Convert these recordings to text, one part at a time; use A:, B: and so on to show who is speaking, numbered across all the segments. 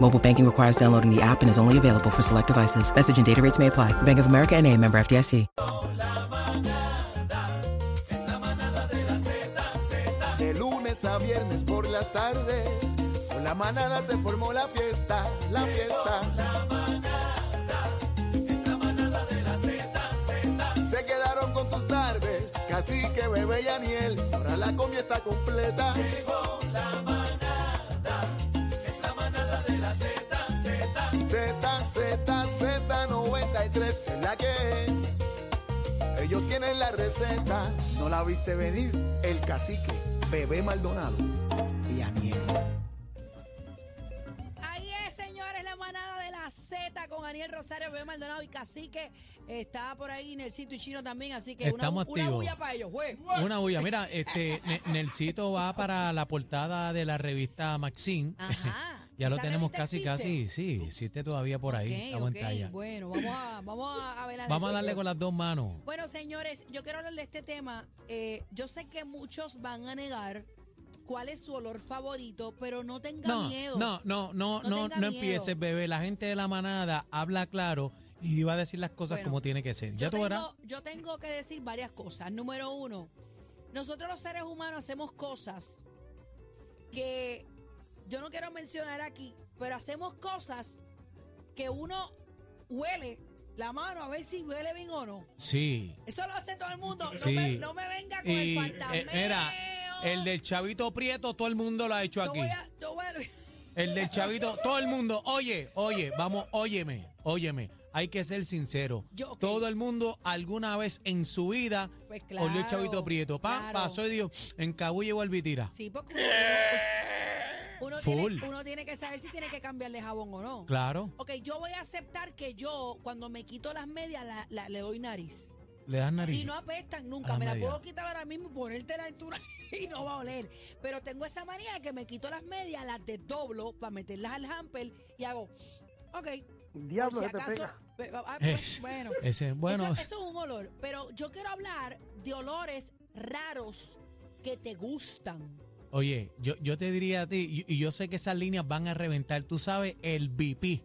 A: Mobile banking requires downloading the app and is only available for select devices. Message and data rates may apply. Bank of America and a member FDIC.
B: De lunes a viernes por las tardes, con la manada se formó la fiesta, la fiesta. La manada, es la manada de la Z, Se quedaron con tus tardes, cacique, bebé y Aniel, ahora la comida está completa. la manada, es la manada de la Z, Z, Z, 93 es la que es. Ellos tienen la receta, no la viste venir. El cacique, bebé Maldonado y Aniel.
C: Ahí es, señores, la manada de la Z con Daniel Rosario, Bebé Maldonado y Cacique. Está por ahí Nercito y Chino también, así que una,
D: Estamos
C: bu- una
D: activos.
C: bulla para ellos, güey.
D: Una bulla. Mira, este Ne- Nelsito va para la portada de la revista Maxine.
C: Ajá.
D: ya lo
C: ¿Esa
D: tenemos
C: revista
D: casi,
C: existe?
D: casi. Sí, existe todavía por ahí.
C: Ok,
D: estamos
C: ok,
D: en talla.
C: Bueno, vamos a, vamos a, a ver a
D: Vamos a
C: Nelsito.
D: darle con las dos manos.
C: Bueno, señores, yo quiero hablar de este tema. Eh, yo sé que muchos van a negar cuál es su olor favorito, pero no tengan
D: No,
C: miedo.
D: no, no, no,
C: No
D: no, no,
C: tenga miedo.
D: empieces, bebé. La gente de la manada habla claro y va a decir las cosas
C: Bueno,
D: como tiene que ser. Ya
C: Yo
D: tú verás.
C: tengo, yo tengo que decir varias cosas. Número uno, nosotros los seres humanos hacemos cosas que yo no quiero mencionar aquí, pero hacemos cosas que uno huele la mano a ver si huele bien o no.
D: Sí.
C: Eso lo hace todo el mundo. No,
D: Sí.
C: me, no me venga con
D: Y
C: el
D: eh,
C: fantasmeo.
D: mira, el del chavito prieto, todo el mundo lo ha hecho
C: Yo
D: aquí.
C: voy a- yo voy a-
D: El del chavito, todo el mundo, oye, oye, vamos, óyeme, óyeme. Hay que ser sincero.
C: Yo, ok.
D: Todo el mundo alguna vez en su vida
C: Pues claro,
D: olió el chavito prieto. Pa,
C: claro.
D: Pasó y dijo, en Cabulla y vuelve y tira.
C: Sí, porque uno, uno tiene,
D: Full.
C: uno tiene que saber si tiene que cambiarle jabón o no.
D: Claro,
C: Ok, yo voy a aceptar que yo, cuando me quito las medias, la- la- le doy nariz.
D: le das nariz.
C: Y no apestan nunca.
D: Ah,
C: me la
D: María.
C: puedo quitar ahora mismo, ponértela en tu nariz y no va a oler. Pero tengo esa manía de que me quito las medias, las desdoblo para meterlas al hamper y hago, ok. Diablo, si acaso, pe- ah, pues,
D: Es-
C: bueno,
D: ese- bueno.
C: Eso, eso es un olor. Pero yo quiero hablar de olores raros que te gustan.
D: Oye, yo, yo te diría a ti, y, y yo sé que esas líneas van a reventar, tú sabes, el BP.
C: ¿Qué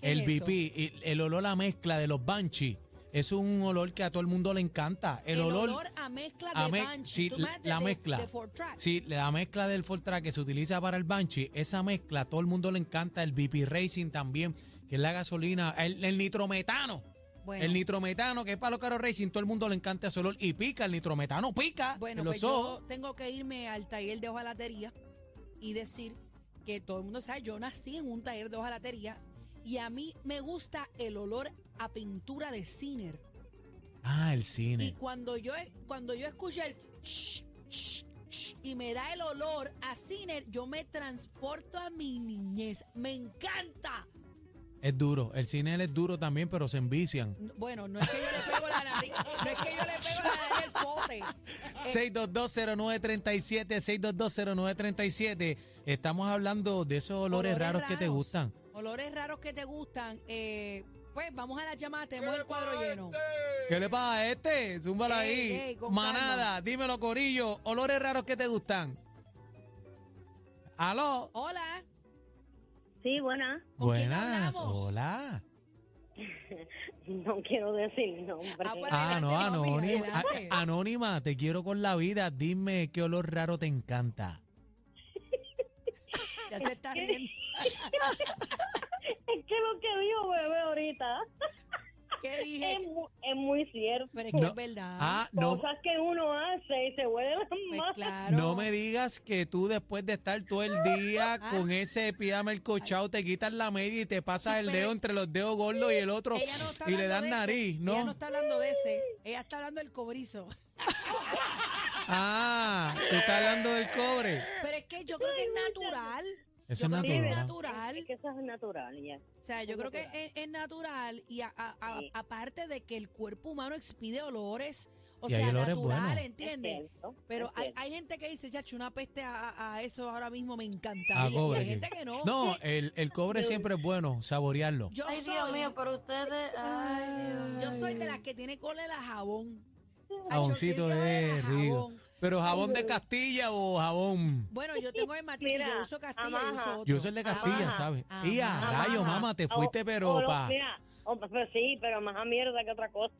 D: El
C: es eso?
D: BP, el, el olor a la mezcla de los Banshee. Es un olor que a todo el mundo le encanta. El, olor,
C: a mezcla de
D: a me-
C: Banshee.
D: sí,
C: Tú
D: la,
C: imagínate de-
D: mezcla.
C: de Four Track.
D: Sí, la mezcla del Fortrack que se utiliza para el Banshee, esa mezcla, a todo el mundo le encanta. El BP Racing también, que es la gasolina, el, el nitrometano.
C: Bueno.
D: El nitrometano, que es para los carros racing, todo el mundo le encanta ese olor. Y pica, el nitrometano pica.
C: Bueno,
D: en los
C: pues
D: ojos.
C: yo tengo que irme al taller de hojalatería y decir que todo el mundo sabe, yo nací en un taller de hojalatería y a mí me gusta el olor a pintura de ciner.
D: Ah, el cine.
C: Y cuando yo cuando yo escuché el ch, ch, ch, y me da el olor a ciner, yo me transporto a mi niñez. Me encanta.
D: Es duro. El cine es duro también, pero se envician.
C: No- Bueno, no es que yo le pego la nariz, no es que yo le pego la nariz al pote.
D: 6220937, 6220937. Estamos hablando de esos olores, raros que te gustan.
C: Olores raros que te gustan. Eh, pues vamos a la llamada, tenemos el cuadro lleno.
D: ¿Qué le pasa a este? Zúmbala
C: Ey,
D: ahí.
C: ey, con
D: Manada, dímelo, Corillo. Olores raros que te gustan. ¿Aló?
C: Hola,
E: Sí, buena.
C: ¿con quién
D: Buenas.
C: hablamos?
D: Hola.
E: No quiero decir nombre.
C: Ah, bueno.
D: Ah, no,
C: Adelante, mami,
D: anónima. Ah,
C: adelante.
D: Anónima, te quiero con la vida. Dime qué olor raro te encanta.
C: ya se está riendo.
E: Es que lo que dijo bebé ahorita.
C: ¿Qué dije?
E: Es, mu- es muy cierto.
C: Pero es que
D: No.
C: es verdad.
D: Ah, no,
E: Cosas que uno hace y se vuelve
C: Pues
E: más.
C: claro.
D: no me digas que tú después de estar todo el día
C: Ah.
D: con ese pijama el cochado te quitas la media y te pasas
C: Sí,
D: el
C: pero-
D: dedo entre los dedos gordos y el otro
C: Ella no está
D: y le
C: hablando
D: das
C: de ese,
D: nariz, ¿no?
C: Ella no está hablando de ese. Ella está hablando del cobrizo.
D: Ah, tú estás hablando del cobre.
C: Pero es que yo creo que es natural.
D: Eso
C: Yo
D: es
C: creo que
D: natural.
C: Es
E: Es
C: natural.
E: que eso es natural, ya.
C: O sea, yo
E: Es
C: creo que
E: natural.
C: es, es natural y a- a- a-
E: Sí.
C: aparte de que el cuerpo humano expide olores, o
D: Y hay
C: sea,
D: olores
C: natural,
D: buenos.
C: ¿entiendes?
E: Es cierto,
C: Pero
E: es
C: hay,
E: cierto.
C: hay gente que dice, chacho, una peste a, a- a eso ahora mismo me
D: Ah,
C: encantaría. Y
D: cobre.
C: hay gente que no.
D: No, eh. el, el cobre siempre es bueno saborearlo.
C: Yo
F: Ay,
C: soy,
F: Dios mío, pero ustedes. Ay, Dios.
C: yo soy de las que tiene cólera a jabón. Chacho,
D: Jaboncito
C: tiene cólera a
D: es rico.
C: jabón.
D: Pero jabón de Castilla o jabón.
C: Bueno, yo tengo el matiz,
E: Mira,
C: yo uso Castilla y
E: amaja.
C: uso otro.
D: Yo soy el de Castilla,
E: Ajá,
D: ¿sabes?
C: ajá.
D: Y a
C: Ajá.
D: rayo, mamá, te fuiste,
E: O-
D: pero
E: o lo-
D: pa.
E: Mira, o- pero sí, pero más a mierda que otra cosa.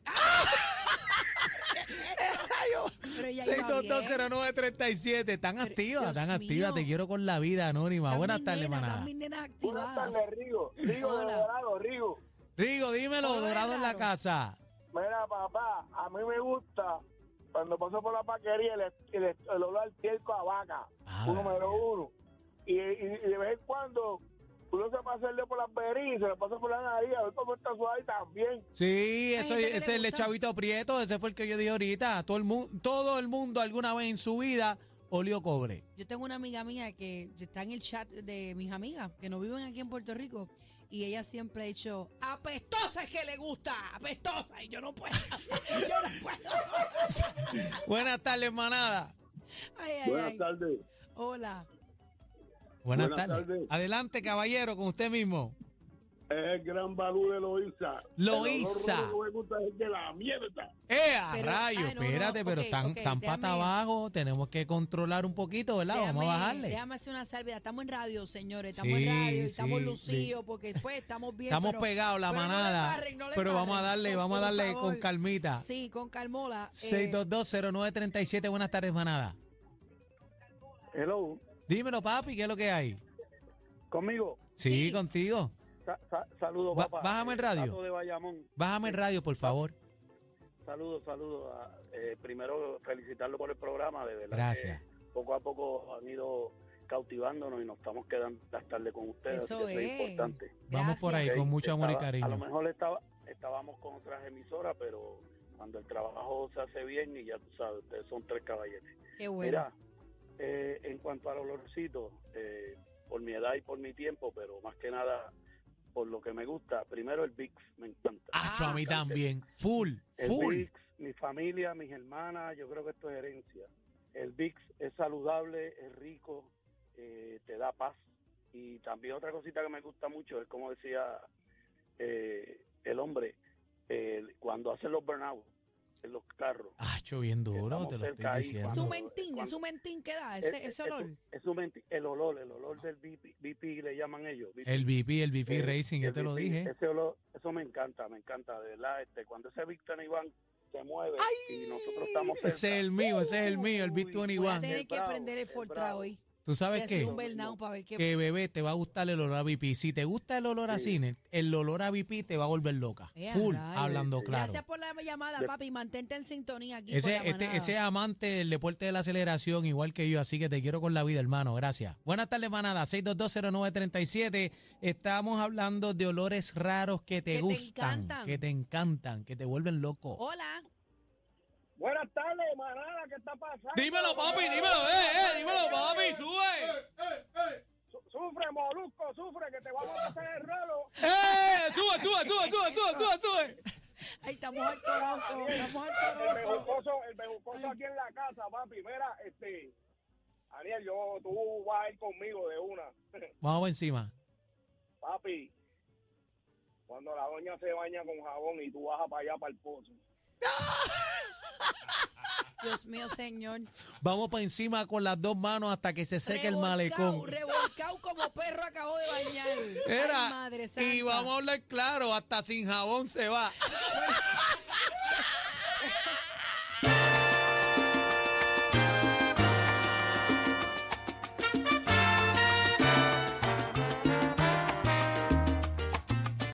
C: Pero ella iba bien.
D: 6220937, están
C: Pero,
D: activas,
C: Dios
D: están activas, te
C: mío.
D: quiero con la vida anónima.
C: Están
D: Buenas
C: mis
D: tardes,
C: nenas, están
D: maná.
C: mis nenas
G: Buenas
C: activadas.
G: tardes, Rigo. Rigo de
C: Hola.
G: Dorado, Rigo.
D: Rigo, dímelo,
C: Hola,
D: dorado en la
C: Raro.
D: casa.
G: Mira, papá, a mí me gusta cuando paso por la paquería el, el, el olor al tierco a vaca,
D: Ah,
G: número
D: mira.
G: uno. Y, y- y de vez en cuando uno se pasa el dedo por las berries, se lo pasa por la nariz, a ver cómo está suave también.
D: Sí,
C: Hay
D: eso,
C: gente
D: ese
C: que le
D: es el de
C: gusta.
D: Chavito Prieto, ese fue el que yo dije ahorita. Todo el, mu- todo el mundo alguna vez en su vida olió cobre.
C: Yo tengo una amiga mía que está en el chat de mis amigas que no viven aquí en Puerto Rico y ella siempre ha dicho, apestosa es que le gusta, apestosa. Y yo no puedo, yo no puedo.
D: Buenas tardes, manada.
C: Ay, ay, ay.
G: tardes.
C: Hola.
D: Buenas,
G: Buenas
D: tardes.
G: tardes.
D: Adelante, caballero, con usted mismo.
G: Es el gran balú de Loiza.
D: Loíza. El olor único
G: me gusta es de la mierda.
D: ¡Eh, a
C: Pero-
D: rayo!
C: ah, no, no,
D: espérate, pero
C: ok,
D: están,
C: ok,
D: están pata
C: déjame-
D: abajo, tenemos que controlar un poquito, ¿verdad? Ah, Vamos a
C: Déjame-
D: bajarle.
C: Déjame hacer una salvedad. Estamos en radio, señores. Estamos
D: Sí,
C: en radio y estamos
D: sí,
C: lucidos porque después estamos bien.
D: Estamos
C: pero-
D: pegados la
C: pero no le
D: manada.
C: embarren, no le
D: pero vamos a
C: embarren,
D: darle,
C: por-
D: vamos a
C: por
D: darle con
C: favor.
D: calmita.
C: Sí, con calmola. eh,
D: 6220937, buenas tardes, manada.
G: Hello,
D: Dímelo, papi, ¿qué es lo que hay?
G: conmigo.
D: Sí,
C: Sí.
D: contigo.
G: saludos,
D: Ba- papá. bájame el radio. Tato
G: de Bayamón.
D: Bájame el radio, por favor.
G: Saludos, saludos. A- eh, primero, felicitarlo por el programa, de verdad.
D: Gracias.
G: que Poco a poco han ido cautivándonos y nos estamos quedando las tardes con ustedes.
C: Eso
G: así que
C: es.
G: es importante.
D: Vamos por ahí
C: Gracias.
D: con
G: Ok,
D: mucho amor y
G: estaba- A lo
D: cariño.
G: mejor estaba, estábamos con otras emisoras, pero cuando el trabajo se hace bien y ya tú sabes, ustedes son tres caballetes.
C: Qué bueno.
G: Mira, eh, en cuanto al olorcito, eh, por mi edad y por mi tiempo, pero más que nada por lo que me gusta, primero el Big me encanta.
D: Acho,
C: Ah,
D: a mí
G: Ok.
D: también. Full,
G: El
D: full.
G: Vicks, mi familia, mis hermanas, yo creo que esto es herencia. El VIX es saludable, es rico, eh, te da paz. Y también otra cosita que me gusta mucho es como decía eh, el hombre, el- cuando hacen los burnout en los carros.
D: Acho, bien duro,
G: Estamos
D: te lo
G: cerca
D: estoy
G: ahí,
C: es un
D: diciendo.
G: cuando- eh,
C: mentín, es un mentín que da
G: Es-
C: ese,
G: es-
C: ese olor.
G: Es, un menti- el olor, el olor del BP, le llaman ellos. BP.
D: El VP, el VP
G: Eh,
D: Racing,
G: el
D: ya te lo
G: Big Pig,
D: dije.
G: Ese olor, eso me encanta, me encanta, de verdad. Este, cuando ese Victor Iván se mueve y nosotros estamos cerca.
D: Ese es el mío, ese es el mío, el
G: Uy,
D: Victor
C: Voy a
D: Iván.
C: tener
G: Es
C: que
G: bravo,
C: prender el
G: es
C: Fortra
G: bravo.
C: hoy.
D: ¿tú
C: Voy a
D: sabes
C: hacer
D: qué?
C: un Bernau para ver qué.
D: Que bebé, te va a gustar el olor a VP. Si te gusta el olor a
G: Sí.
D: cine, el olor a VP te va a volver loca.
C: Ea,
D: Full,
C: rayos.
D: hablando claro.
C: Gracias Eh, por la llamada, papi. Mantente en sintonía aquí.
D: Ese,
C: con la
D: este,
C: manada.
D: ese amante del deporte de la aceleración, igual que yo, así que te quiero con la vida, hermano. Gracias. Buenas tardes, manada. 6220937. Estamos hablando de olores raros que te
C: Que te
D: gustan,
C: encantan.
D: que te encantan, que te vuelven loco.
C: Hola.
G: Buenas tardes, manada, ¿qué está pasando?
D: Dímelo, papi, dímelo, eh, eh, dímelo, papi, sube.
G: Su- Sufre, molusco, sufre, que te vamos a hacer el rolo.
D: Eh, sube, sube, sube, sube, sube, sube, sube.
C: Ahí estamos al corozo. Estamos al
G: El
C: corozo.
G: bejucoso, el bejucoso aquí en la casa, papi. Mira, este, Ariel, yo, tú vas a ir conmigo de una.
D: Vamos por encima.
G: Papi, cuando la doña se baña con jabón y tú bajas para allá para el pozo.
C: Dios mío, señor.
D: Vamos por encima con las dos manos hasta que se seque el
C: Revolcao,
D: malecón.
C: Revolcao como perro acabo de bañar. Ay,
D: Era,
C: madre
D: y
C: santa.
D: vamos a hablar claro, hasta sin jabón se va.